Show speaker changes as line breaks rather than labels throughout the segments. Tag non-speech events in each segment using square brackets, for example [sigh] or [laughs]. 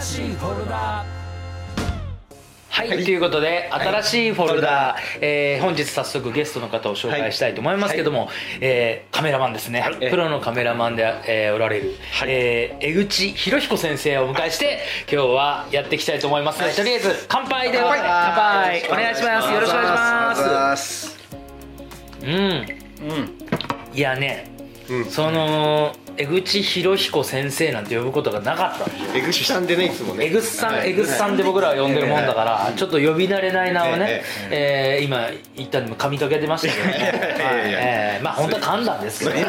新しいフォルダ
はい、
はい
ということで新しいフォルダー、えー本日早速ゲストの方を紹介したいと思いますけども、えーカメラマンですね、
はい
プロのカメラマンで、えーおられる、
はい
えー江口博彦先生をお迎えして今日はやっていきたいと思いますので、とりあえず乾杯で乾
乾
杯
杯
お願いしますよろしくお願いしま
ます
すう
うん
んいやね、
うん
その江口博彦先生なんて呼ぶことがなかったんですよ
エグシさんでねいつもね
エグスさん、
はい
エグスさんで僕らは呼んでるもんだから、ちょっと呼び慣れない名をね、え
え
ー今言ったにも噛みかけてましたけども、はい
いやいや
えーまあ本当は噛んだんですけどね、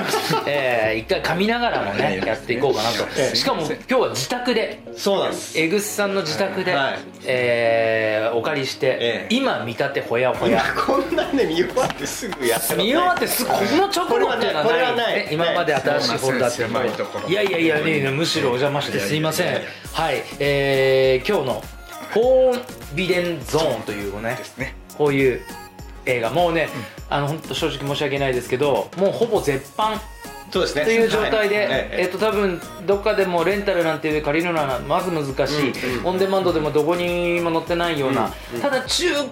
えー一回噛みながらもねやっていこうかな
え
と。
え
しかも今日は自宅で。
そうなんです
エグスさんの自宅で、
はい
えーお借りして、
ええ
今見たてほやほや
こんなね見終わってすぐやったことない
見終わってすぐこの直後っていうのは
これ
な
はいない
ね今まで新しいフォルダっていうのは
そうなんですよ狭いところ
いやいやいやねえねえむしろお邪魔してすいません
いやいやい
はいえー今日の「ホーンビデンゾーン」というね
ですね
こういう映画もうねあの本当正直申し訳ないですけどもうほぼ絶版
そうですね
という状態で、
はい
えっと多分どっかでもレンタルなんて借りるのはまず難しい、
うんうん
オンデマンドでもどこにも載ってないような、
うんうん
ただ中古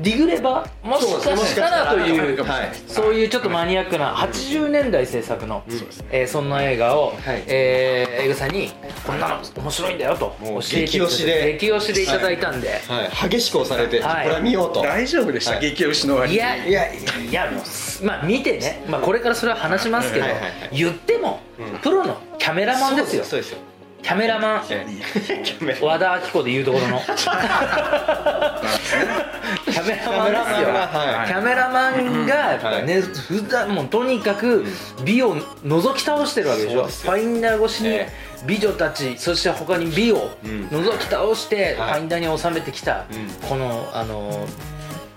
ディグレばもし
そうですね
かしたらと
も
い
し
う
かしたらはい
そういうちょっとマニアックな80年代制作の、えーそんな映画を、
はい
えーエグさんにこんなの面白いんだよと
もう
教えていただいて
激推しで
激推しでいただいたんで、
はい激しく押されてこ
はい
れは見ようと
大丈夫でした、
はい
激推しの割
い、
に
やいやいやもうまあ見てね、まあ、これからそれは話しますけど、
はいはいはい
言っても
うん
プロのキャメラマンですよ
そうですよ
キャメラマン
え
[laughs]
えキャメ
和田アキ子で言うところのキャメラマンですよ
はい
キャメラマンがね、普段もうとにかく美を覗き倒してるわけでしょ
そうです
フ
よ
ァインダー越しに
え
美女たちそして他に美を
うん
覗き倒してフ
はい
ァインダーに収めてきた
うん
このあの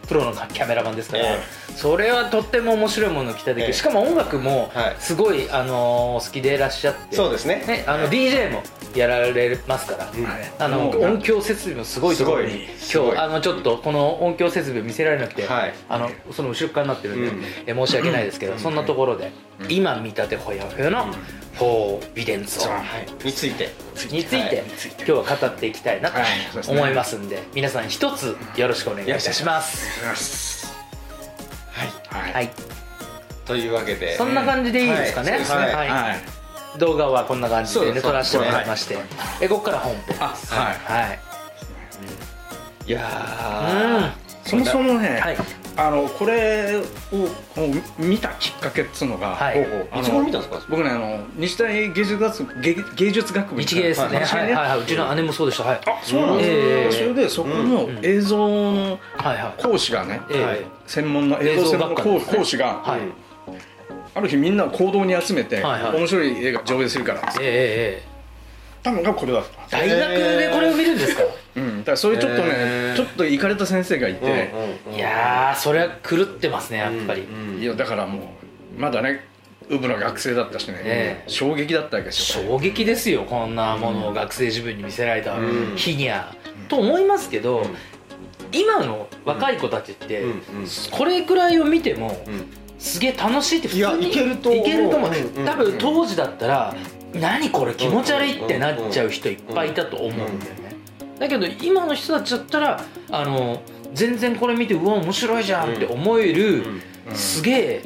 プロのキャメラマンですから
え
それはとっても面白いものを期待でき
え
る
え
しかも音楽も
はい
すごいあのお好きでいらっしゃって
そうですね
ねあの DJ もやられますから
うん
あの音響設備もすごいところに
すご
今
いすごい
日あのちょっとこの音響設備見せられなくて、
はい
あのその後ろっ側になってるんで、
うん
え申し訳ないですけど、そんなところで、今見立てほやほやの「フォービデンゾーン
はいについて」
について、
はいについて
今日は語っていきたいなと
はいそうですね
思いますんで,、皆さん一つよろしくお願いいたします。
はい
はい、
はい、
というわけで
そんな感じでいいですかね。
はいそうですね
はい
はい
動画はこんな感じで
そう
ね
です
撮らせてもらいまして、
はい
えここから本編。
あはい
はい。
いやー
う
そもそもね、
はい
あのこれをこう見たきっかけっつうのが、
はい
ほうほう
あの
いつ頃見たんですか
僕ねあの日大芸術学部芸芸術学部
ん。日芸ですね。
はい
はいはいはい。うちの姉もそうでした。はい。
あそうなんですね
ええ
それでそこの
ん
映像の
はいはい。
講師がね、
ええ
はい
専門の映像専門の講講師が、
はい。
ある日みんなを講堂に集めて、
はいはい
面白い映画上映するから
ええええええ。
多分がこれだった
大学でこれを見るんです [laughs] か、
うん、だからそういうちょっとね、
へー
ちょっと行かれた先生がいて、
うんうん
いやーそれは狂ってますねやっぱり、
うん
いやだからもうまだねウブの学生だったしね、
ええ
衝撃だったわけですよ
衝撃ですよこんなものを学生自分に見せられた
うん
日にゃ、と思いますけど、
うん
今の若い子たちって、
うんうん
これくらいを見ても、
うん
すげえ楽しいって普通に
いやいけると思
い
う
けると思う、
うんうんうん
多分当時だったら、何これ気持ち悪いってなっちゃう人いっぱいいたと思うんだよね、だけど今の人たちだったらあの全然これ見てうわ面白いじゃんって思える、
うん
すげえ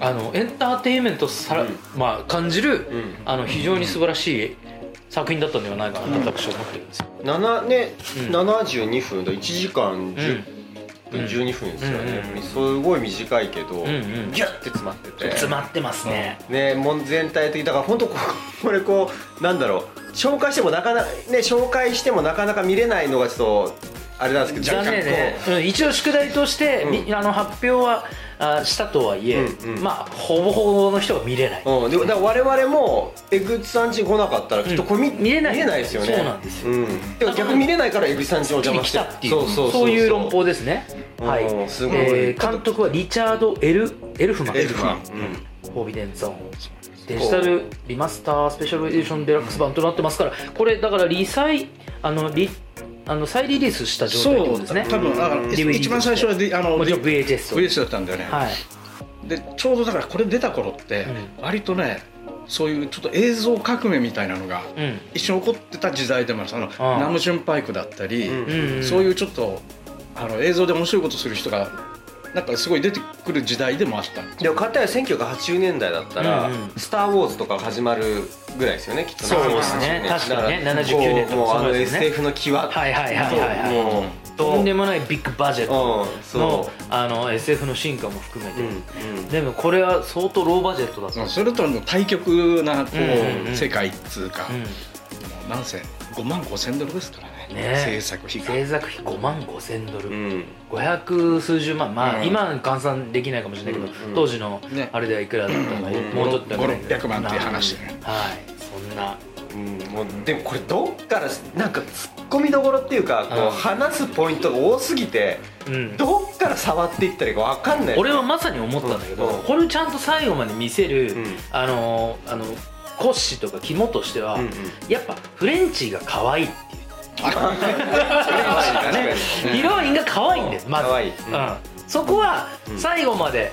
あのエンターテインメントさら、
うん
まあ、感じる、
うん
あの非常に素晴らしい作品だったんではないかなと私は思ってるんですよ、
7ね、
うん
72分と1時間10分、
うん
12分ですよね、
うんうん
すごい短いけど、
んうん
ギュッて詰まってて
詰まってますね、
ねもう全体的だから本当こ [laughs] うこれこうなんだろう紹介してもなかなかね紹介してもなかなか見れないのがちょっとあれなんですけど
残念ね
こ、
うん一応宿題として、み
う
あの発表はあしたとはいえ、
うんうん
まあほぼほぼの人が見れない、
ううん、でだから我々も江口さん家来なかったらきっとこれ見,、
見れない
見れないですよね
そうなんです
よ、うん、でも逆に見れないから江口さん家お邪魔
来
して
たっていう
そうそうそう
いう論法ですね、
うん
はい、
すごい
えー監督はリチャード・エル・エルフマン
エルフマン、
ホビデンゾーンデジタルリマスタースペシャルエディションデラックス版となってますからこれだからリサイあのリあの再リリースした状態ってことですね
多分だから、
DVD
一番最初はであの
もちろん
V-
VHS を
VHS だったんだよね、
はい
でちょうどだからこれ出た頃って、割とねそういうちょっと映像革命みたいなのが
うん
一瞬起こってた時代でもあるんですあ
ああ
のナムジュンパイクだったり、
うん
うん
そういうちょっとあの映像で面白いことする人がなんかすごい出てくる時代でもあったんです
でも片や1980年代だったら
うんうん
「スター・ウォーズ」とか始まるぐらいですよねきっと
そうですね
70
確かにね
だら
79年とか
こうもうあ
そう
の
ですね
SF の際
はいはいはいはいはい
もう
とんで
も
もないビッグバジェット
うん
の
そ
あの SF の進化も含め
うう
て、
んうん
でもこれは相当ローバジェットだと、
うんそれとの対極なこう、
うんうんうん
世界っつうか、
うん
もうなんせ5万5千ドルですからね
ね
制作費が
制作費5万5千ドル、
うん
500数十万まあ、
うん
今換算できないかもしれないけど、
うんうん
当時の
ね
あれではいくらだったのか、
うん
もうちょっと
5 600万っていう話でね
はいそんな
うんもうでもこれどっからなんかツッコミどころっていうか
う
こ
ん
う話すポイントが多すぎて
うん
どっから触っていったらいいか分かんない
俺はまさに思ったんだけど、
うん
これをちゃんと最後まで見せる、
うん
あのあの骨子とか肝としては、
うんうん
やっぱフレンチが可愛いっていう
確かに
ヒロインが可愛いんですまず
可愛い
うん
うん
そこは
うん
最後まで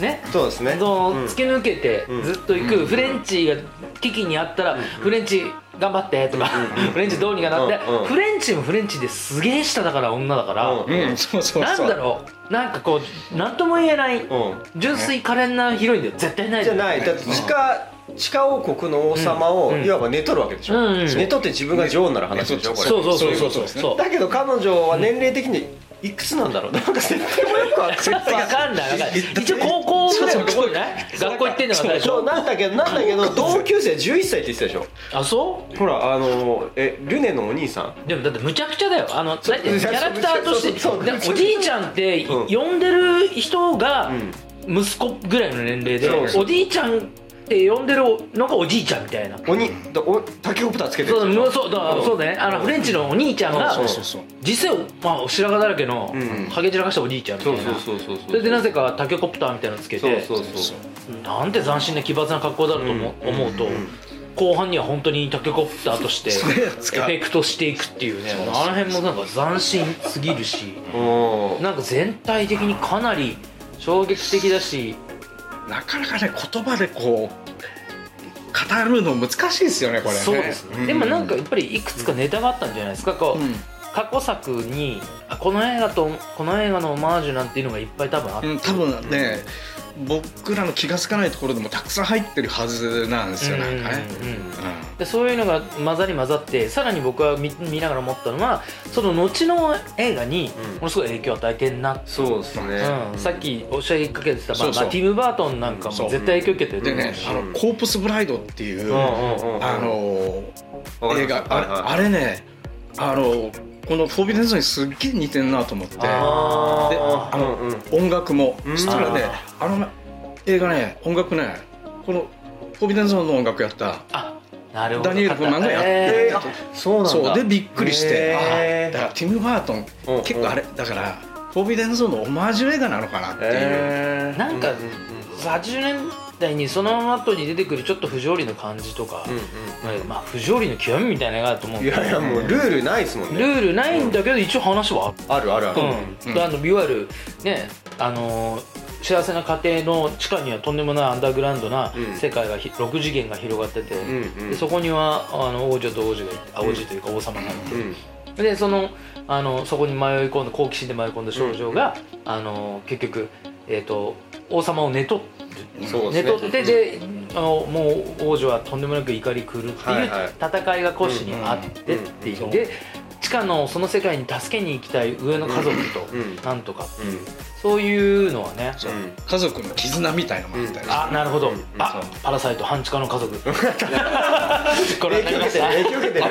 ね
そうですね
どう
うん
突き抜けて
うん
ずっと行くフレンチが危機にあったらフレンチ頑張ってとか
うんうん
フレンチどうにかなって
うんうん
フレンチもフレンチですげえ下だから女だから
うん
うんそうそうそう
なんだろうなんかこうなんとも言えない
うん
純粋可憐なヒロインでは絶対ない
じゃ
い
ないだって地下地下王国の王様を
うん
いわば寝取るわけでしょ、
うんうん
寝取って自分が女王になる話でしょこれ
そうそうそう
そ
そう
う
そ
そう
そう
[laughs]
う
だけど彼女は年齢的にいくつなんだろうなんか設定もよくわかんない
わかんないわかんない一応高校ぐらいのところにない学校行ってんのが最初
そうなんだけどなんだけど同級生11歳って言ってたでしょ
あそう
ほらあのえルネのお兄さん
でもだってむちゃくちゃだよあのだってキ
そう
ャラクターとして
そうそう
だっておじいちゃんって
うん
呼んでる人が
ん
息子ぐらいの年齢で
そうそう
おじいちゃんって呼んでるのがおじいちゃんみたいな
おにだおタケコプターつけて
そう
でし
だ
ょ
そうだ
ん
そうだねあのフレンチのお兄ちゃんが
そう
そうそう
実際まあ白髪だらけの
ん
ハゲ散らかしたおじいちゃんみた
そ
いうな
そうそうそう
それでなぜかタケコプターみたいなのつけ
そう
て
そうそう
なんて斬新な奇抜な格好だろうと思
うん
思うと後半には本当にタケコプターとしてエフ
そういうやつか
ェクトしていくっていうねあの辺もなんか斬新すぎるし
おー
なんか全体的にかなり衝撃的だし
なかなかね言葉でこう語るの難しいですよねこれね
そうですねでもなんかやっぱりいくつかネタがあったんじゃないですかこう
うん
過去作にあこの映画とこの映画のオマージュなんていうのがいっぱい多分あって
うん、多分ね僕らの気が付かないところでもたくさん入ってるはずなんですよなんかね
うんうんうんでそういうのが混ざり混ざってさらに僕は見見ながら思ったのはその後の映画に
うん
ものすごい影響を与えてんなって
そうですね、
うんさっきおっしゃいかけてた、まあ
そうそう
まあティム・バートンなんかも絶対影響受けてる
うん
と
で
思
ね
うし
あ
うん
の「コープス・ブライド」っていう、あの
わかり
映
ま
画
した
あ
はい
れ
はい
あれねあのこの「フォービデンズにすっげえ似てんなと思って
あー
であの
うんうん
音楽も
うん
そしたらねあのね映画ね音楽ねこの「フォービデンズの音楽やった
あなるほど
ダニエル・フォーマンがやって
え
る
ー
あそうなん
そ
だ
うでびっくりして
へー
あだからティム・バートン
うんうん
結構あれだから「フォービデンゾーン」のオマージュ映画なのかなっていう
えー
なんか
うう
80年代にその後に出てくるちょっと不条理の感じとか、
うんうん
まあ不条理の極みみたいな映画だと思う
うん
ん
い
だけど
やいやもうルールないですも
ル
んね
ールないんだけど一応話はある
あるあるある
うん
うん
あのいわゆるねあのー幸せな家庭の地下にはとんでもないアンダーグラウンドな
うん
世界がひ、6次元が広がってて、
うんうん
でそこにはあの王女と王子がいてあ王子というか王様がいて、でそのあのそこに迷い込んだ好奇心で迷い込んだ少女が、あの結局、えー、と王様を寝取
うん
る
そうで
寝
すね
取ってであのもう王女はとんでもなく怒り狂っていう
はいはい
戦いが腰にあってっていう、
うんうん
で地下のその世界に助けに行きたい上の家族と
うん
なんとかっていう
うん
そういうのはね
そう
うん
家族の絆みたいなのもあったり
あなるほど、
うんうん
あパラサイト半地下の家
[laughs]
族これ
影
分かり
響
ま
受け
して
る
た
[laughs] 影響受けてる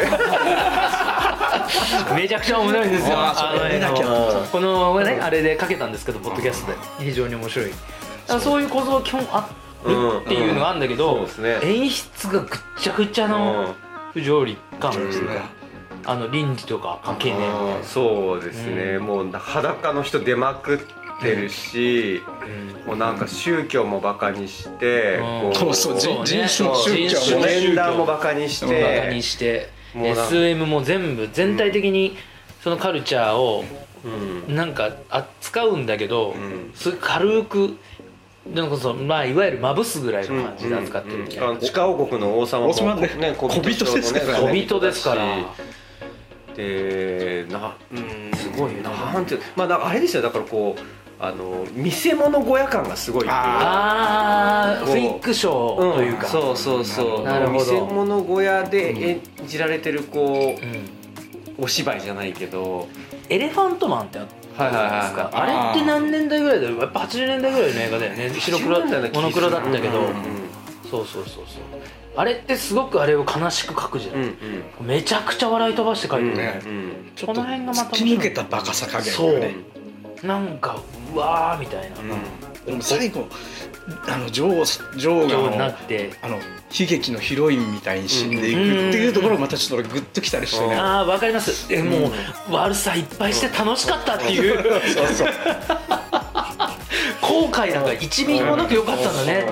めちゃくちゃ面白いんですよ。
あー
あの
それ
映画
見なき
も
ゃ
このね、あれでかけたんですけど、ポッドキャストで非常に面白い。だからそういう構造は基本あるっていうのがあるんだけ
うんう
ど
んそうです、ね
演出がぐっちゃぐちゃの不条理感
う、ん
あの倫理とか関係ね
うんそうですねもう裸の人出まくってるしもうなんか宗教もバカにして
うん
こ
そうそ
そう
う人
ね
人種宗
人
教
種
もね
年談もバカにし
えね。バカ
て
にして、
もうな
SM も全部全体的にそのカルチャーを
うん
なんか扱うんだけど
ん、
す軽くでもこそまあいわゆるまぶすぐらいの感じで扱ってるみたいな、
あの地下王国の王様
王様
も
ね
ね
小人
小
ですから
小人ですから
でなうんすごい
ね
なんていうまあなんかあれですよだからこうあの見せ物小屋感がすごいっていう
ああフィクショ
うん
ンというか、
そうそうそう
なるほど
見せ物小屋で演じられてるこ
う
うんお芝居じゃないけど
エレファントマンってあったじゃないですか、
はいはいはい
あれって何年代ぐらいだろうやっぱ80年代ぐらいの映画だよね白黒
80年代な気がする
モノクロだったけど、
うん
そうそうそうそうあれってすごくあれを悲しく描くじゃ
うん
ん、めちゃくちゃ笑い飛ばして描いてるね、
うん
ちょっと
この辺がまた
突き抜けたバカさ加減
そう
がね
なんかうわーみたいな、
でも最後あの女王女王
よう
が
に
あ
な
の
って
あの悲劇のヒロインみたいに死んでいくっていうところがまたちょっと俺グッときたりしてね
ああわかりますえもう、悪さいっぱいして楽しかったっていう
そうそう
後悔なんか1ミリもなく良かったんだね、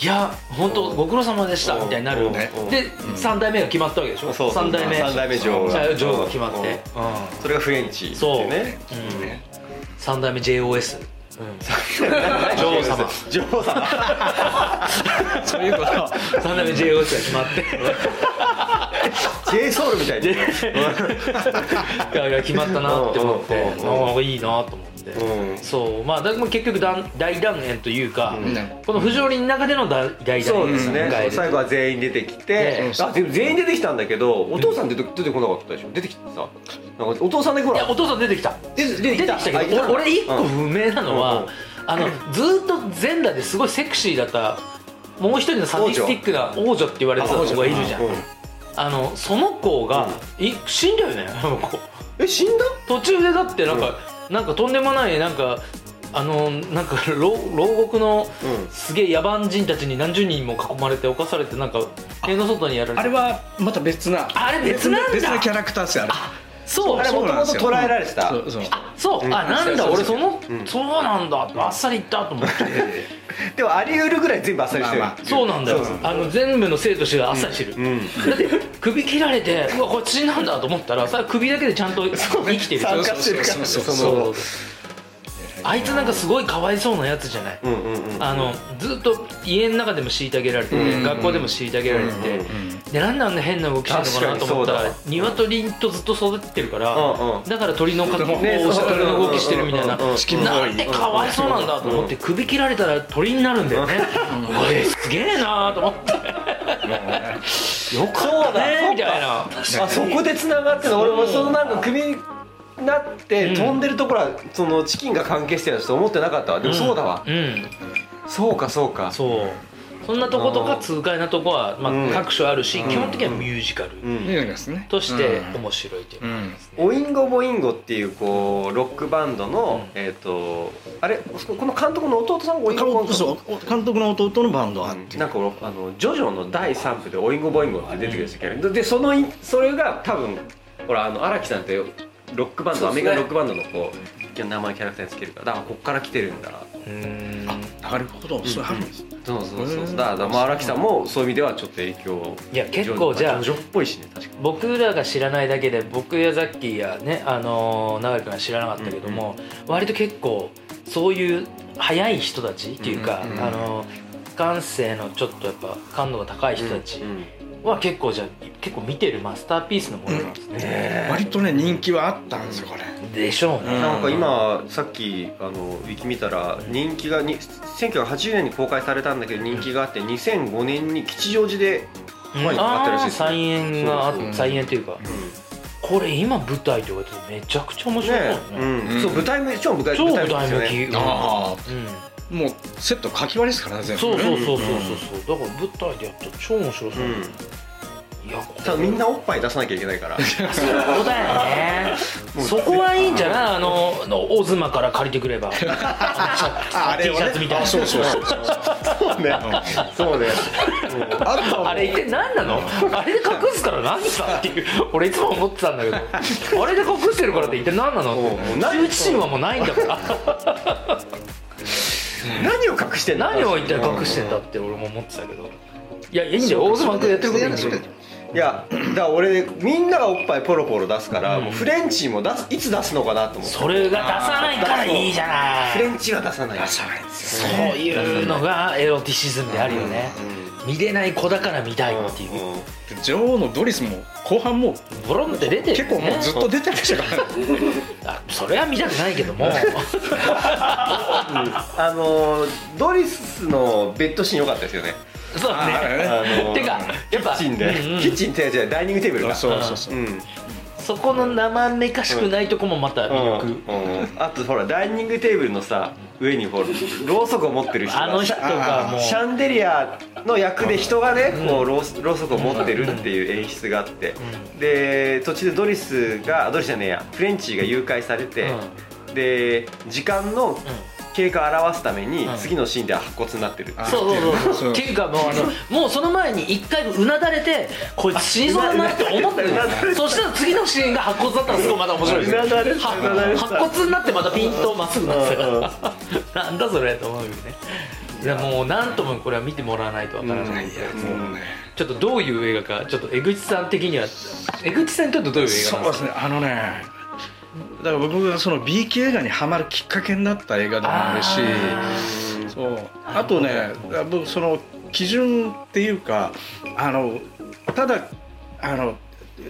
う
いや本当ご苦労様でしたみたいになる、
うん
で
うん
3代目が決まったわけでしょ、
んそう
3代目
三代目女王
あ
が
女王が決まって、
うんそれがフレンチって
そう
いうね
うん3代目 JOS、女王様
女王様
そういうことは
3代目 JOS が決まって
J ソウルみたいに
いやいや決まったなって思って
うんうんうん
なんかいいなと思って、
うん
そうまあだから結局だん大断円というか、
うん
この不条理の中での大大断
そう
円を
ですね
迎える
最後は全員出てきて
ね
あでも全員出てきたんだけどお父さん出て出てこなかったでしょ出てきてさなんかお父さんだけほ
い
ら
やお父さん出てきた
出て出
出
て
てきたけど
あ
俺俺一個
うん
不明なの
うん
は
うん
あのずーっと全裸ですごいセクシーだったもう一人のサディスティックな王女って言われてた子がいるじゃん
うん
あのその子がい死んだよねあの子
え死んだ
途中でだってなんかなんかとんでもないなんかあのなんか牢牢獄の
うん
すげえ野蛮人たちに何十人も囲まれて侵されてなんか塀の外にやられて
あれはまた別な
あれ別なんだ
別なキャラクターっすよあれ
そう
あれもともと捉えられてた
そうそう
そうあなんだ
そう
俺
そう
その
ん
そうなんだあっさりいったと思って
でもあり得るぐらい全部あっさりしてる
まあま
そうなんだよあの全部の生と死があっさりしてる、
うん
だって首切られてうわこれ血なんだと思ったらさ首だけでちゃんと生きてる
参
う
加してるからね
そう
そ
そうそう
そ
の
うあいつなんかすごいかわいそうなやつじゃない、
うんうんうん
あのずっと家の中でも虐げられてて、
うん
学校でも虐げられてて、でなんであんな変な動きしてるのかなと思った
確
ら
かに
鶏とずっと育ってるから、
うんうん
だから鳥の格好をして
ねそう
鳥の動きしてるみたいな、
うんうんうん
チキンボ
な
ー
ん
イ
でかわいそうなんだと思って首切られたら鳥になるんだよね、おいすげえなと思ってよかったねみたいな
あそこで繋がってるの俺もそのなんか首になって
うん
飛んでるところはそのチキンが関係してるやつと思ってなかったわでもそうだわ
うん
そうかそうか
そうそんなとことか痛快なとこは、ま
うん
あ、各所あるし、基本的にはミュージカル
うん
いいですね
として面白いという
う
か、
ん
オインゴボインゴっていうこうロックバンドの
うん
えっとあれこの監督の弟さんがオインゴボインゴ
そう監督の弟のバンドがあって
なんか俺あのジョジョの第3部で「オインゴボインゴ」って出てくるんですけどでそのいそれが多分ほらあの荒木さんってロックバンド、
そう
ア
です
メ
ね
リカンロックバンドのこう名前キャラクターにつけるからだからこっから来てるんだ
うん
なるほどそれあるんです
そうそうそう
へ
そう
ー
だからだからまあ荒木さんもそういう意味ではちょっと影響を
いや結構じゃあ
ジョジョっぽいしね確かに
僕らが知らないだけで僕やザッキーやねあのー長井君は知らなかったけども、割と結構そういう早い人たちっていうか、
うんうん
あのー感性のちょっとやっぱ感度が高い人たち
うん
は結構じゃあ結構見てるマスターピースのものなんですね、
割とね人気はあったんですよこれ
でしょうね、
なんか今さっきあのウィキ見たら人気がに1980年に公開されたんだけど人気があって2005年に吉祥寺で
うん
はいあった
あ
らしい
あ
ですね
再演があっ
そう
そう
再演というか、これ今舞台とかやっててめちゃくちゃ面白い
ね
もんね
うんそう
うん
舞台向き超舞台
超舞
向きですよね
台向き、
あ
うん、
あもうセット書き割りですからね全部
そうそうそうそう
ね
そうそう、だから舞台でやったら超面白そう、いや
うん、ただみんなおっぱい出さなきゃいけな
[laughs]
いから
そうだよねそこはいいんじゃないあのの大妻から借りてくれば T シ
ああれはね
ャツみたい
あ
な
そうそうそう
そうねそうね
あった
あれ一体何なのあれで隠すから何さっていう俺いつも思ってたんだけどあれで隠してるからって一体何なの
もうもうない
羞恥心はもうないんだから
何を隠してんの
何を言ったら隠してんだって俺も思ってたけどいやいいんだよ大相撲でやってることいいんだよ
いやだから俺みんながおっぱいポロポロ出すから、
うん
もうフレンチも出すいつ出すのかなと思って
それが出さないからいいじゃ
フ
ない
レンチは出さない
出さないんです
そ
よ
ういうのがエロティシズムであるよね見れない子だから見たいっていう
うん
で女王のドリスも後半もう
ボロンって出てる
結
よ
構
ね
もうずっと出てましたから
あそれは見たくないけど [laughs] も
あのードリスのベッドシーン良かったですよね
そうだね
あのー
てかやっぱ
キッチンで、
うんうん
キッチンってじゃダイニングテーブルか
そうそうそううん
そこの生めかしくないとこもまた魅力、
うんあとほらダイニングテーブルのさ上にほらろうそくを持ってる人が
あの人がもう
シャンデリアの役で人がねこうろうろうそくを持ってるっていう演出があってで途中でドリスがドリスじゃねえやフレンチが誘拐されてで時間の経過を表すために
うん
次のシーンで白骨になってるっていう
そうそうそうそう
そう
っていうかもうあのもうその前に一回うなだれてこいつ死にそうだなって思ってる
うなだれ
そしたら次のシーンが白骨だったらすごいまた面白いですよ
うなだれ
は
うなだれ
白骨になってまたピンとまっすぐなってたか
うんうん
らなんだそれと思うよねいやもう何ともこれは見てもらわないとわからない、
うん
ち
もうね
ょっとどういう映画かちょっと江口さん的には江口さんにとってどういう映画
そ
な
う
ん
で
です
す
か
ねあのねだから僕がその B 級映画にはまるきっかけになった映画でもあるしそうあとね僕その基準っていうかあのただあの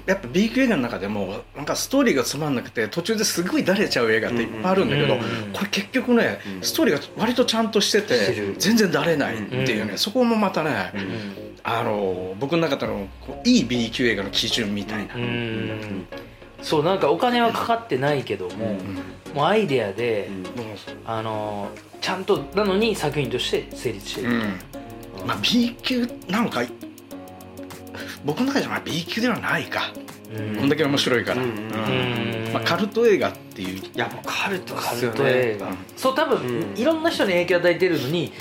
やっぱ B 級映画の中でもなんかストーリーがつまんなくて途中ですごいだれちゃう映画っていっぱいあるんだけど、
うんうんうん
これ結局ね、
うん
ストーリーが割とちゃんとして
してる
て全然だれないっていうね、
う
そこもまたね、
う
あの僕の中でのこういい B 級映画の基準みたいな。
うんうんそうなんかお金はかかってないけども、もうアイデアで、
うん
あのちゃんとなのに作品として成立して
う
る、
んまあ、B 級なんか僕の中じゃまあ B 級ではないか、
うん
こんだけ面白いから、
う
う
ん
ん
まあ、カルト映画っていう
やっぱカルトっ
カ
すよ
ルト
ね
映画、
うん
そう多分、
うん
いろんな人に影響を与えてるのに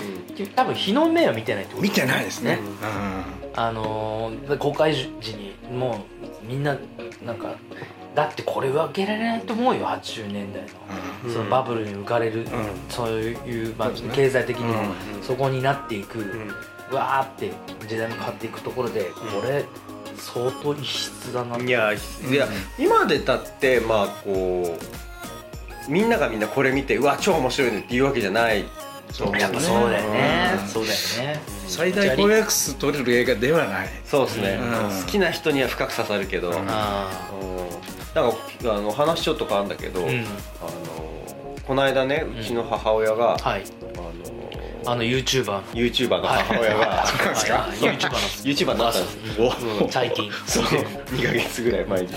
多分日の目は見てないってこと
見てないですね、
うん
あのー公開時にもうみんななんかだってこれは受けられないと思うよ80年代の、
う
そのバブルに浮かれる、そういう、まあ
そうですね
経済的にも
うん
そこになっていく、
うん
わーって時代も変わっていくところで、これ相当異質だなって
いやいや、今でたってまあこうみんながみんなこれ見てうわ超面白いねって言うわけじゃない
そう
やっぱそうだよね、そうだよね
最大公約数取れる映画ではない
そうですね、
うん
好きな人には深く刺さるけど、
うん
うんなんか
あ
あの話ちょっと変わるんだけど、
あうん
あのこの間ねうちの母親が、あ
はい
の
あの YouTuber の
YouTuber の母親が、
はい YouTuber の
YouTuber になったんですよ、うん
最近
そう2ヶ月ぐらい前に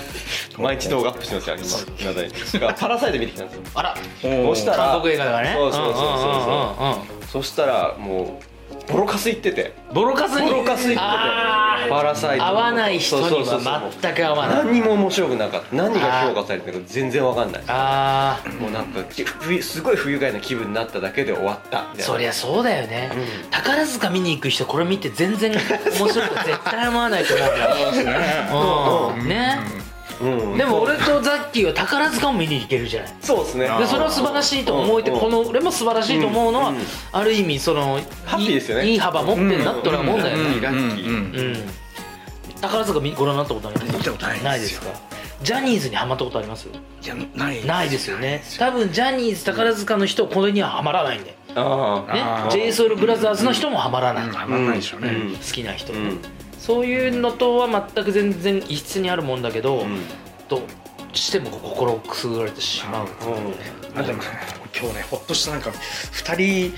毎日動画アップしてますよ今未だにだからパラサイト見てきたんですよ
あら
そしたら
韓国映画だからね
そうそうそうそう
うんうんうん
そしたらもうボロカス言ってて
うんボロカスに
ボロカス言ってて
あー
パラサイト
合わない人に
そうそうそうそ
は
う
全く合わない
何も面白くなかった何が評価されてるのか全然わかんない
ああ
もうなんかき冬すごい不愉快な気分になっただけで終わったみたいな
そりゃそうだよね、宝塚見に行く人これ見て全然面白いと絶対思わないと
[laughs]
思うよ、うん、ね、
うん
でも俺とザッキーは宝塚も見に行けるじゃない
そうですね
でそれは素晴らしいと思えて
うん
この俺も素晴らしいと思うのは
うんうん
ある意味その
ハッピーですよね
いいいい幅持ってんなって俺は思うんだよ
うん
ね
ラッキー
うん
うん宝塚見ご覧になったことあります
見たことないですよ
ないですかジャニーズにハマったことあります
いやない
ないですよね多分ジャニーズ宝塚の人これにはハマらないんでね
あ
あー
JSOULBROTHERS の人もハマら
う
ない
ん
好
あんまないでしょうね、
うん
きな人
あうん
そういうのとは全く全然異質にあるもんだけど
うん
どうしてもこう心をくすぐられてしまう
あでもね今日ねほっとしたなんか2人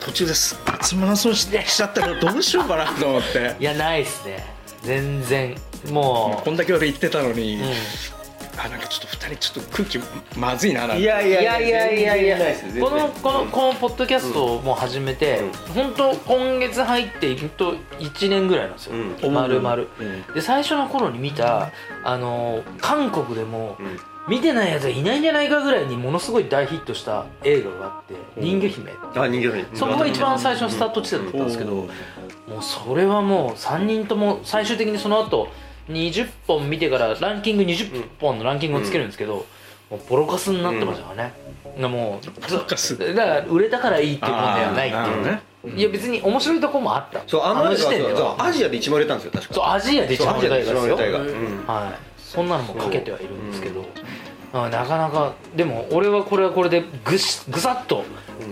途中ですっげえつまらそうししちゃったからどうしようかなと思って
いやないっすね全然
も
も
う
う
こんだけ俺言ってたのに、
うん
あなんかちょっと2人ちょっと空気まずいななん
い
て
やい
い
や
や
い
い
や
や
い
いや
やい
いや
やないです
このこのこのポッドキャストをもう始めて、本当今月入っていくと1年ぐらいなんですよ、
う
丸々、
うん
で最初の頃に見たあのー韓国でも
うん
見てないやつがいないんじゃないかぐらいにものすごい大ヒットした映画があって「
ん
人魚姫」
あ人形
そこが一番最初のスタート地点だったんですけど、
うん
もうそれはもう3人とも最終的にその後20本見てからランキング20本のランキングをつけるんですけど、もうボロカスになってましたからね、がもう
ポカス
だから売れたからいいっていうもんではないって
あ
い
ー
う
なる
ね
ほどね
いや別に面白いとこもあった
そうアマリカ
時
は
点で
そう
は
アジアで一番売れたんですよ確か
そうアジアで一番
そうア
売
ジ
れた
アで
映
一
画です
番売れ
よ
た映画うん
はいそんなのもかけてはいるんですけどあなかなかでも俺はこれはこれでぐしぐさっと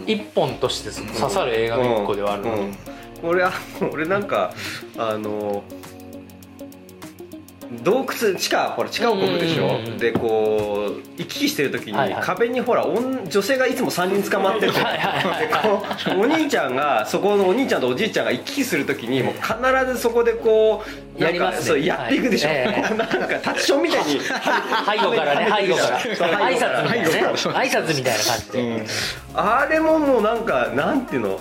一本として刺さる映画の一個ではあるので
うん俺あの俺なんかあの洞窟地下ほら地下をこぐでし
うん
ょ、
うんうん
でこう行き来してる時に、
はいはい
壁にほら女女性がいつも3人捕まってて、
はいはいはい
でこうお兄ちゃんがそこのお兄ちゃんとおじいちゃんが行き来する時にもう必ずそこでこうなん
や
か
りますね
そうやっていくでしょ、
はいえ
[laughs] なんかタッチションみたいに
背後からね背後から
そ
挨
う
拶みたいなね
背
挨拶
後
みたいな感じで
あれももうなんかなんていうの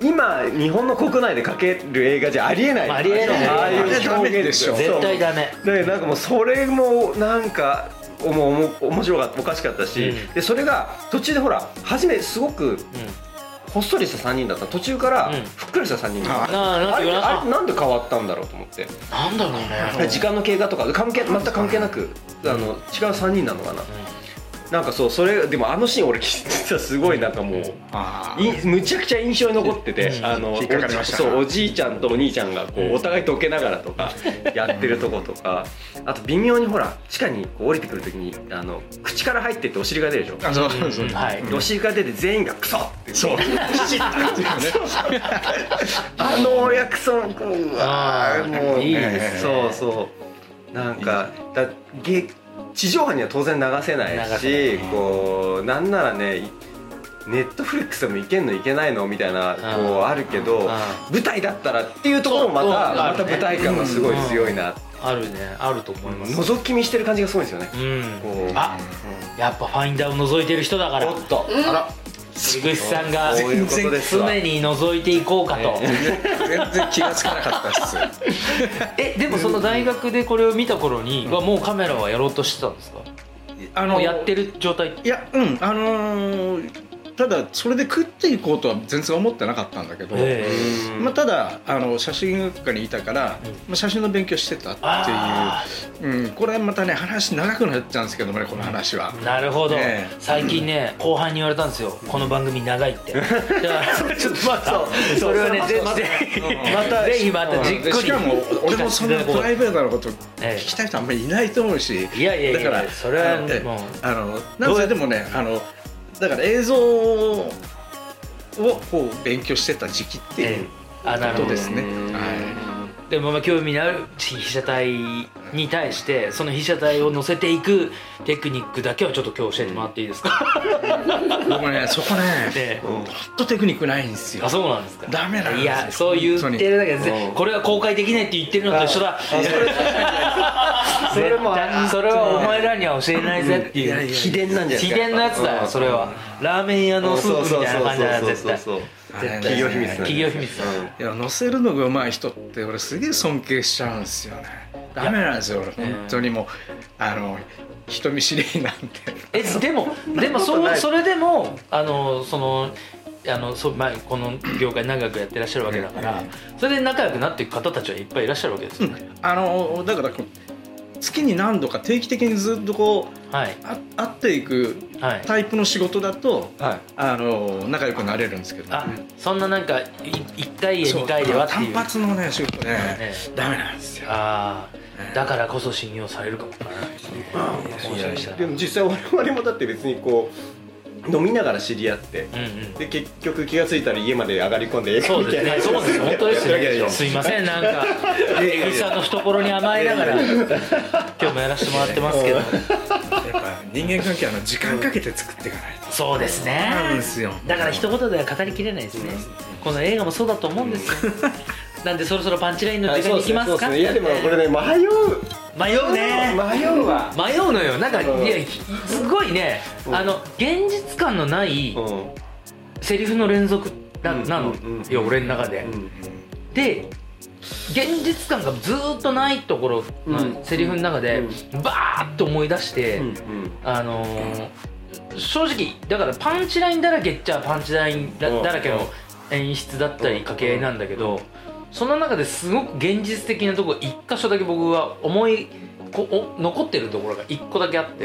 今日本の国内でかける映画じゃありえない
ありえない
ああいう表現
そう
絶対ダメ
でなんかもうそれもなんかおもおも面白かったおかしかったし、
うん
でそれが途中でほら初めすごく
うん
ほっそりした3人だった途中から
うん
ふっくらした3人だった、
なあなん
あ
てい
れ
うか
あれなんで変わったんだろうと思って
ななんだろうね
時間の経過とか関係全く関係なくあの違う3人なのかな、なんかそうそれでもあのシーン俺実はすごいなんかもう。
あー
いむちゃくちゃ印象に残ってて、
うん
あの
引っかかりました
そうおじいちゃんとお兄ちゃんがこ
うん
うお互い溶けながらと
[laughs]
かやってるとことかあと微妙にほら地下にこう降りてくるときにあの口から入ってってお尻が出るでしょ、
あそうそうそう
うんはい
お尻が出て全員がクソって
そう
[laughs] あのお約束うわ
あー
ーもう
いい
です
ね
そうそうなんかだげ地上波には当然流せない
流せ
しこうなんならねいネットフリックスでもいけんのいけないのみたいな
うん
こうあるけ
うん
ど舞台だったらっていうところもま
そう
た
そうあ
ま
る
た
ね
舞台感がすごい強いな
あるねあると思います
覗き見してる感じがすごいんですよね
うん
こう
あやっぱファインダーを覗いてる人だから
おっとあら
井口さんが
そういうことですわ
常に覗いていこうかと
全然気がつかなかったっす
えでもその大学でこれを見た頃にはもうカメラはやろうとしてたんですか
あ
もうやってる状態
いやうんあのーただそれで食っていこうとは全然思ってなかったんだけど、
え
まあ、ただあの写真学科にいたから、
うん
まあ、写真の勉強してた
あ
っていう、うん、これまたね話長くなっちゃうんですけどもねこの話は。
なるほど
ええ
最近ね後半に言われたんですよこの番組長い
[laughs]
ってだからちょっとまた
そう
それはね
そう
ぜ
また
ひ
また
ぜひまたじっ
で
くり
しかも俺もそんなプライベートなこと
ええ
聞きたい人あんまりいないと思うし
いやいやいや
だから
それは
あのええ
もう
あのなんせでもねあのだから映像をこう勉強してた時期っていう
ええあなる
こ
ほ
と
ど
ですね。はい
でもまあ興味のある被写体に対してその被写体を乗せていくテクニックだけはちょっと今日教えてもらっていいですか、
僕ねそこね
で
うん
ほんとテクニックないんですよ
あそうなんですか
ダメなんですよ
いやそう言ってるだけで
本当に
これは公開できないって言ってるのと一緒だ
それ
絶
も
対それはお前らには教えないぜって
いや
い
い
う
や
秘伝なんじゃない
秘伝のやつだよそれはラーメン屋のスープみたいな感じだな絶対
そうそうそうそう
あれね
企業秘密だね
企業秘密だ
うん
いや乗せるのがうまい人って俺すげえ尊敬しちゃうんですよねダメなんですよ俺本当にもうあの人見知りなんて
[laughs] えでもでも
そんな
そう
ことない
それでもあのそのあのそうまあこの業界長くやってらっしゃるわけだからそれで仲良くなっていく方たちはいっぱいいらっしゃるわけですよね、
あのだからこう月に何度か定期的にずっとこう
はい
あ会っていく
はい
タイプの仕事だと
はい
あの仲良くなれるんですけど
あそんななんかい一回や
そう
二回ではって
単
いう
発のね仕事ね
ええ
ダメなんですよ
ああだからこそ信用されるかもわからないですね面白い人だ
でも実際我々もだって別にこう飲みながら知り合って、
うんうん
で結局気が付いたら家まで上がり込んで映画
そ
み
うで
た
す
いな
ね、そうですね、本当です
やってるわけ
ね。
でし
すいません、なんか、江口さんの懐に甘えながら、今日もやらせてもらってますけど。
やっぱ人間関係はあの時間かけて作っていかないと
そうですね
そうなんですよ
だから一言では語りきれないですね、この映画もそうだと思うんですよ、なんでそろそろパンチラインの
はい
時
そ
間
う
に行きます
です
か
ねいやでもこれね迷う
迷うね
迷うわ
迷うのよなんかい
うん
やひすごいね
うん
あの現実感のない
うん
セリフの連続な
うん
なの
うんうん
よ俺の中でで現実感がずーっとないところ
う
の
ん
セリフの中でバーッと思い出して、
うん
あのー正直だからパンチラインだらけっちゃパンチラインだ
うん
だらけの演出だったり
うん
掛け合いなんだけどその中ですごく現実的なとこ一箇所だけ僕は思いこお残ってるところが1個だけあって、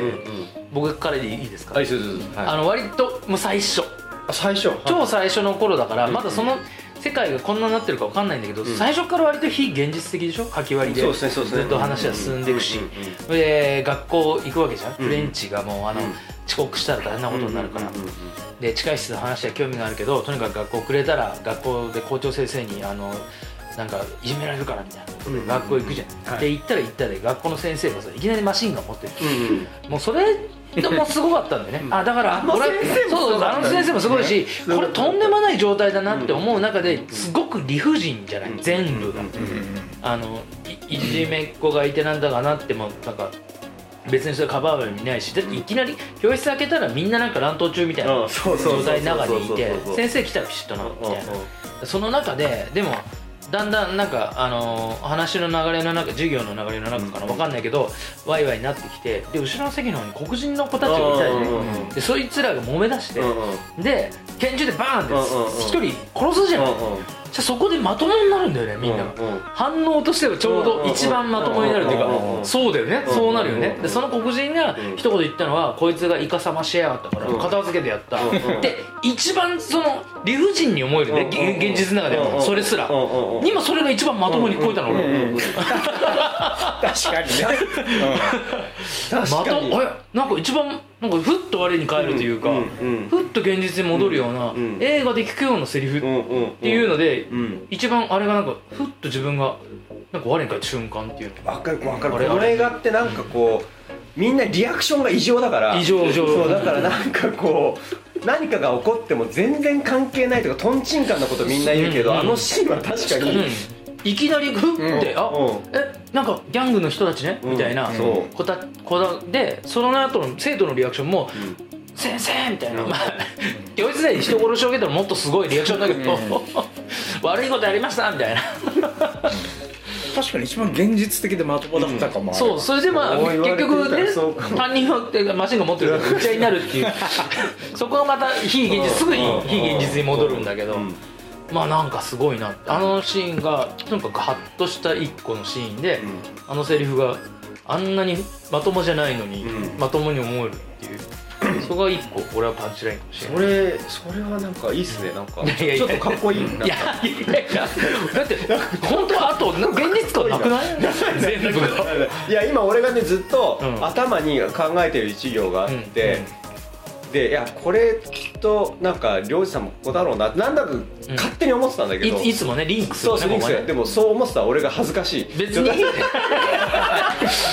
僕からでいいですか、
はいそうそうそうはい
あの割ともう最初
あ最初
超最初の頃だからまだその世界がこんなになってるかわかんないんだけど、最初から割と非現実的でしょかき割り
そう
で
ですねそうですね
ずっと話は進んでいくし
うんうんうん
で学校行くわけじゃん、
ん
フレンチがもうあの、
うん
遅刻したら大変なことになるから、
うんうんうんうん
で地下室の話は興味があるけどとにかく学校遅れたら学校で校長先生にあのなんかいじめられるからみたいなこと
うんうん
で
うん
学校行くじゃん、
はい
で行ったら行ったで学校の先生がさいきなりマシンガン持ってる、
うんうん
もうそれもすごかったんだよね、あだから俺そうそうあの先生もすごいし、これとんでもない状態だなって思う中ですごく理不尽じゃない、全部が、あのいいじめっ子がいてなんだかなってもなんか別にそれカバーは見ないしだっていきなり教室開けたらみんななんか乱闘中みたいな
うんそうそうそうそう
状態の中にいて
そうそうそう
先生来たらピシッとなるみたい
うんうん
なその中ででもだんだんなんかあのー話の流れの中授業の流れの中かな分かんないけどワイワイになってきてで後ろの席の方に黒人の子たちがいたりね
うんうんうん
でそいつらが揉め出して
うんうん
で拳銃でバーン
うんうんうん
って一人殺すじゃない
うんうん
じゃあそこでまともになるんだよねみんなが
うんうん
反応としてはちょうど一番まともになるという
うんうんう
か
ん
そうだよね
うん
そうなるよ
うん
ね
うん
でその黒人が
うん
一言言ったのはこいつがイカサマしやがったから
うん
片付けてやった
うんうん
で一番その理不尽に思えるね
うんうんうん
げ現実の中で
うんうん
もそれすら
うんうんうん
今それが一番まともに聞こえたの
うんうん
俺
うん
確かにね、
ま
確か
と
に
もあれなんか一番なんかふっと我に返るというか
うんうん
ふっと現実に戻るような
うん
映画で聞くようなセリフっ
うんうんって
いうので
うん
一番あれがなんかふっと自分がなんか我に返る瞬間っていうの
わかるわかる
あ
こ
れ
の映画ってなんかこうみんなリアクションが異常だから
異常異常
そうだからなんかこう何かが起こっても全然関係ないとかとんちんかんなことみんな言うけど
うん
あのシーンは確かに
うん、いきなりふって、
うん
あ、
うん
えなんかギャングの人たちね、
うん
みたいな
そう
こたこだでその後の生徒のリアクションも「先生!」みたいな、
うん
まあ教室内に人殺しを受けたらもっとすごいリアクションだけど、 [laughs] 悪いことやりましたみたいな
確かに一番現実的でまともだったかも、あれ
そうそれでまあ
そう言われ
結
てみたら
局ね
そうかも
犯人はっていうかマシンが持ってるからぐちゃになるっていうそこがまた非現実すぐに
うん
非現実に戻るんだけど、
うん
まあなんかすごいなってあのシーンがとにかくハッとした一個のシーンで、あのセリフがあんなにまともじゃないのに、
うん
まともに思えるっていうそこが一個俺はパンチラインかもしれない
それそれはなんかいいっすねなんか
いやいやい
ちょ
や
っとかっこいいなんか
いやいやいやだって本当はあと現実感なくない全部が
[laughs] いや今俺がねずっと
うん
頭に考えてる一行があって、でいやこれきっとなんか漁師さんもここだろうななんだか勝手に思ってたんだけど、
いいつもねリンクす
そ
る
うそう
ね
で
こ
す
こ
ね
はね
でもそう思ってた俺が恥ずかしい
別にいいね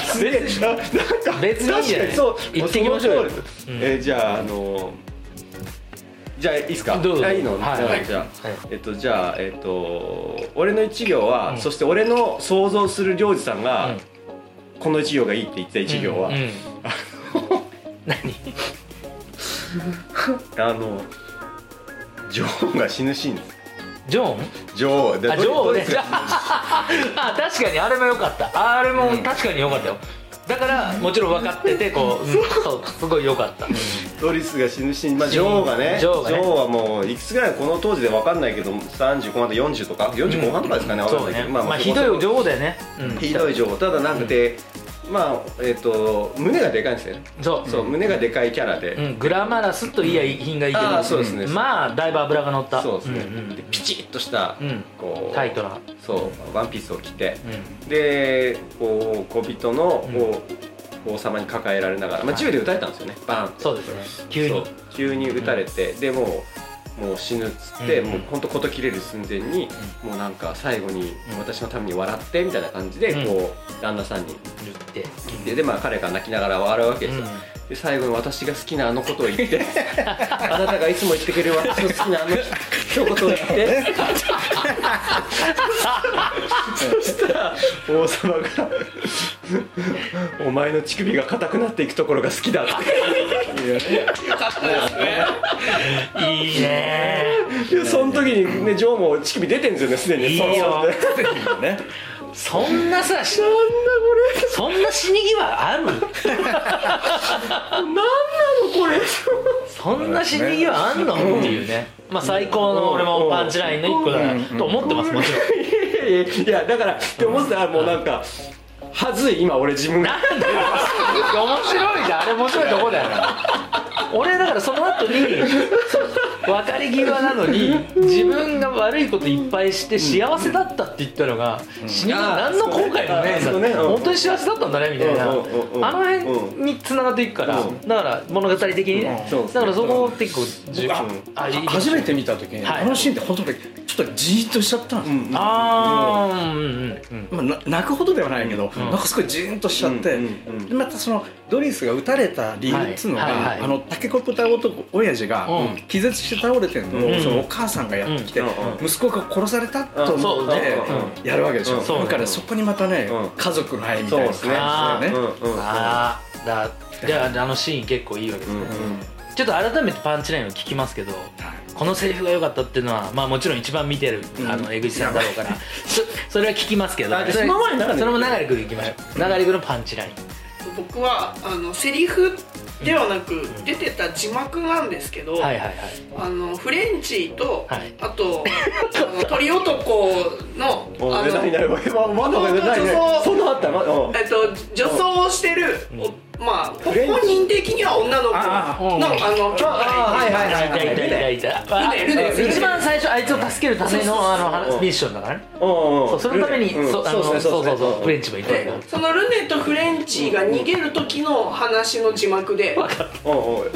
すげえななんか
別にいいじゃない
確かそう
行ってきましょうよ
その通り
うん
えーじゃああのじゃあいいですか
どうぞ
あいいの、
はい
じゃあ
はい
じゃあ、
はい
えっとじゃあえっと俺の一行は、
うん
そして俺の想像する漁師さん
う
が、
ん
この一行がいいって言ってた一行は、
うんうん何
あの女王が死ぬシーンです
ジョーン
女王
あジョーンね
です
[laughs] あ確かにあれも良かったあれも確かに良かったよだからもちろん分かっててこう、うんそうすごい良かった、
ドリスが死ぬシーン、まあ、女王がね
女王がね
はもういくつぐらいこの当時で分かんないけど35まで40とか40後半とかですかね、分か
そう
んないけ
ね
ど、
まあ、
そ
ひ
こそ
ど
こ
いお女王だよね、うん、
ひどい情報ただなんかで、まあえっ、と胸がでかいんですよね、
そう
そう胸がでかいキャラで、
うん、グラマラスといいや品がいいけど、
あーそうですね
んまあだいぶ脂が乗った
そうですね、
んん
でピチッとした、
うん
こう
タイトな
そうワンピースを着て、
う
でこう小人の
うん
こう王様に抱えられながら、まあ、銃で撃たれたんですよね、バーンって
そうですね急
そ
に
う急に撃たれて、でもうもう死ぬっつって、
うん
もうほんと事切れる寸前に、もうなんか最後に
うん
私のために笑ってみたいな感じで、
うん
こう旦那さんに
言って
言ってでまあ彼が泣きながら笑うわけですよ、
う
で最後に私が好きなあのことを言って [laughs] あなたがいつも言ってくれる私の好きなあの一言を言って [laughs] そしたら王様が「お前の乳首が硬くなっていくところが好きだ」って
んいいね
でその時にねジョーも乳首出てんですよねすでに
いいよ
そうそう
ね
そんなさそんなこれそんな死に際ある
なんなのこれ
そんな死に際あんのっていうねまあ最高の俺もパンチラインの一個だなと思ってますもちろん
いやいやだからって思ってたらもうなんかはずい今俺自分が
なんで面白いじゃんあれ面白いとこだよな俺だからその後にそう別れ際なのに自分が悪いこといっぱいして幸せだったって言ったのが死に何の後悔もねえんだ
そうねうん
本当に幸せだったんだねみたいなあ
うんうんうんうん
の辺に繋がっていくから
うん
だから物語的にね
そうですね
だからそこを結構じゅ
あ
あいい
初めて見た時に、
はい
あのシーンって本当にちょっとじーっとしちゃったんですよ、
あーうんうんうん
まあな、泣くほどではないけど、
ん
なんかすごいじーんとしちゃって、
うんうんうん
でまたそのドリスが撃たれた理由っつうのが、
はいはいはい
あのタケコプタ男親父が
うん
気絶して倒れてるのを、
うん
そのお母さんがやってきて、
うん
息子が殺されたと思っ
うんそう
てやるわけでしょ、
うん
そう
だからそこにまたね、
うん
家族の愛みた
そ
いう
で
な感じ
す
だ
ね
よね。
うんうんうん
あーだじゃああのシーン結構いいわけですねちょっと改めてパンチラインを聞きますけどこのセリフが良かったっていうのはまあもちろん一番見てるあの江口さんだろうからそそれは聞きますけど
あで
それ
その前に流れてくる
それも流れくるいきましょう流れくるのパンチライン
僕はあのセリフではなく出てた字幕なんですけど、
はいはいはい
あのフレンチと、
はい
あとあの鳥男の
お
あ
え何
の
何わまだ何何
そう
そんなあったまうん
えっと女装をしてる、おまあ
レンチ
本人的には女の子の
あ
あの兄弟
はいはいはい
いたいたいたいたあ
ルネルネ
一番最初あいつを助けるためのあの
そうそうそう
ミッションだからね
うんうん
そうそのために
うん
そうあ
そ
の
う
そうそう
ですね
そうフレン
チ
チもいた
でそのルネとフレンチが逃げる時の話の字幕で、
うんうん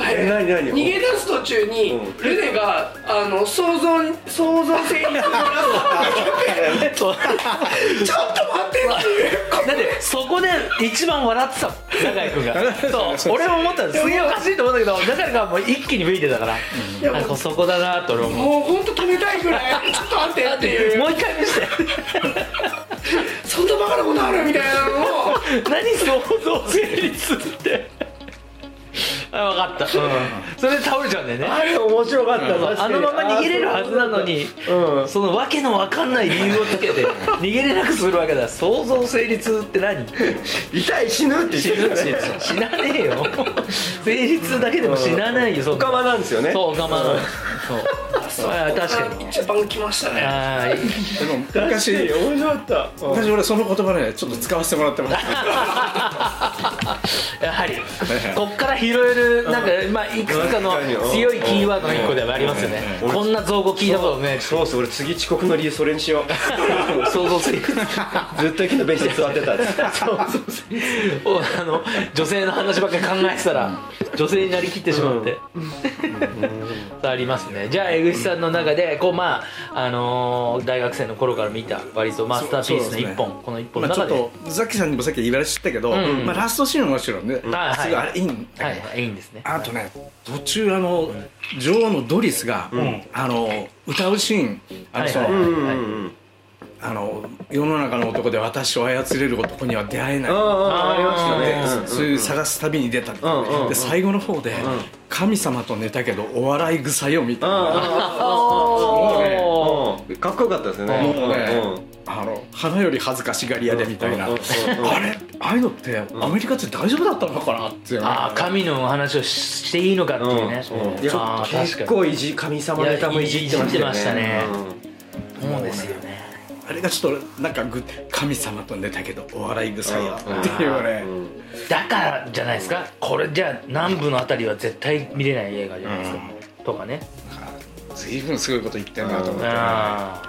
え何何
逃げ出す途中に、
うん
ルネがあの想像想像成立のラス
そう
トちょっと待ってっていう
だってそこで一番笑ってたもん永井君が [laughs] そう俺も思ったんですすげえおかしいと思うんだけど永井君はもう一気に吹いてたからなんかそこだなと俺思う
もう本当食べたいぐらいちょっと待ってっていう
もう一回見せて
そんなバカなことあるみたいなのを [laughs]
何想像成立ってあ分かった、うん、それで倒れちゃうんだよね
あれ面白かった確か
あ
に
のまま逃げれるはずなのに
うん
そのわけのわかんない理由をつけて逃げれなくするわけだ想像成立って何
痛い死ぬって言って
死ぬ
る
し死なねえよ成立だけでも死なないよそ
お
んな
かまなんですよね
そう、我慢の。そう。ああ、確かに。
一番来ましたね
は [laughs] ーい。
でも
確かに
昔
面白かったうん
昔俺その言葉ねちょっと使わせてもらってます
やはり。こっから拾える、なんか、まあ、いくつかの強いキーワードの一個ではありますよね。こんな造語聞いたことね。
そうそう俺次遅刻の理由それにしよ [laughs] う
想像する。
ずっと駅のベンチで座ってたそうそう
おあの、女性の話ばっかり考えてたら、女性になりきってしまって。そうありますね。じゃあ、江口さんの中で、こう、まあ、あのー大学生の頃から見た、割とマスターピースの一
そうそうです
本、
ね
この一本
ま
の
あ、ちょ
中
っ
で。
とザッキーさんにもさっき言われ知ったけど、
ん
まあ、ラストシーンはもちろんね、
はい
すごいあれいいんだ
は
けど、
い、いいんですね。
あとね途中あの女王のドリスが、あの歌うシーンあのその、
はいはい
うんうんうん
あの世の中の男で私を操れる男には出会えない、
ああありました
で
ねうん
そういう探す旅に出たり、
んうんうん
で最後の方で、神様と寝たけどお笑い臭いよみたいな、
おー
うんかっこよかったですよね
もうね
うんうん
あの花より恥ずかしがり屋でみたいな、
うんうんうんうん
あれああいうのってアメリカって大丈夫だったのかなっていうのが
ああ神のお話をししていいのかっていうね、
うんいや
ああ
結
確か
構いじ神様ネタもいじってましたよ
いやいじって
ね
まにそうですよね
あれがちょっとなんかぐ神様と寝たけどお笑い臭いよっていうね、
うんうん
だからじゃないですかこれじゃあ南部のあたりは絶対見れない映画じゃないですか、とかね
ずいぶんすごいこと言ってんなと思って、
あ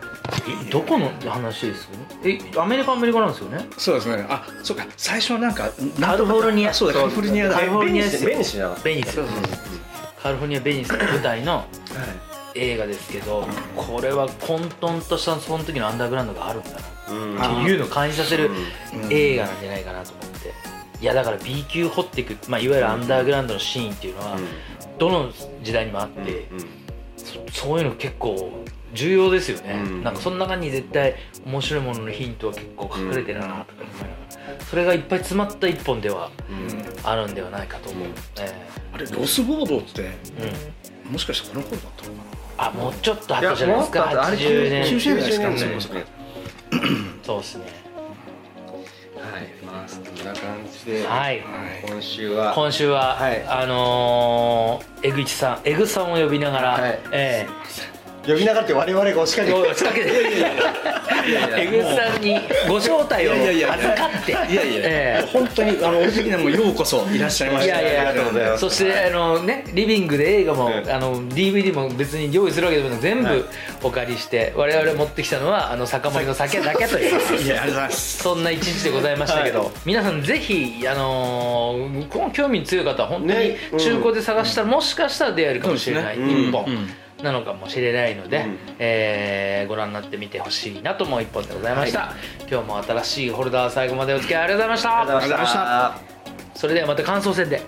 あどこの話ですよねえアメリカアメリカなんですよね
そうですねあそうか最初なんか
カリフォルニア
あそうだカリフォルニアだ
カリフォルニア
ベ
で
ニス
す
ベ
よ
ニスじゃなかった
ベニスカリフォルニアベニスの舞台の映画ですけどこれは混沌としたその時のアンダーグラウンドがあるんだな
うん
あ
っていうのを感じさせる
うん
映画なんじゃないかなと思っていやだから B 級掘っていく、まあ、いわゆるアンダーグラウンドのシーンっていうのはどの時代にもあってそそういうの結構重要ですよね、
うん
なんかその中に絶対面白いもののヒントは結構隠れてるなとか思いながらそれがいっぱい詰まった一本ではあるんではないかと思う、え
あれロスボードって
えうん
もしかしてこの頃だったのか
あもうちょっとあ
い
ったじゃない
も
です
っ
か
とあれ
80年
90年代ですか
90年代
そうですね
そうですね
はいまあそんな感じで
はい
今週は
今週は、
はい
あのー、江口さん江口さんを呼びながら、
はい
ええ
呼びながらって我々が押しかけ
どう
て
仕掛けてエグさんにご招待を
いやいやいや
預かって
いやいや、
え
本当にあの俺的にはもうようこそいらっしゃいま
えい
した
やいや
ありがとうございます
そしてあのねリビングで映画も、
うん
あの DVD も別に用意するわけでもなく全部お借りして、我々持ってきたのはあの酒盛りの酒だけという
いやありがとうございます
[laughs] そんな一日でございましたけど、皆さんぜひ、あのーこの興味強い方は本当
ねう
に
ん
中古で探したら、もしかしたら出会えるかもしれない
そ
一、
うですね
本、
うん
なのかもしれないので、
うん
えーご覧になってみてほしいなと思う一本でございました、今日も新しいホルダー最後までお付き合いありがとうございました
ありがとうございました
それではまた感想戦で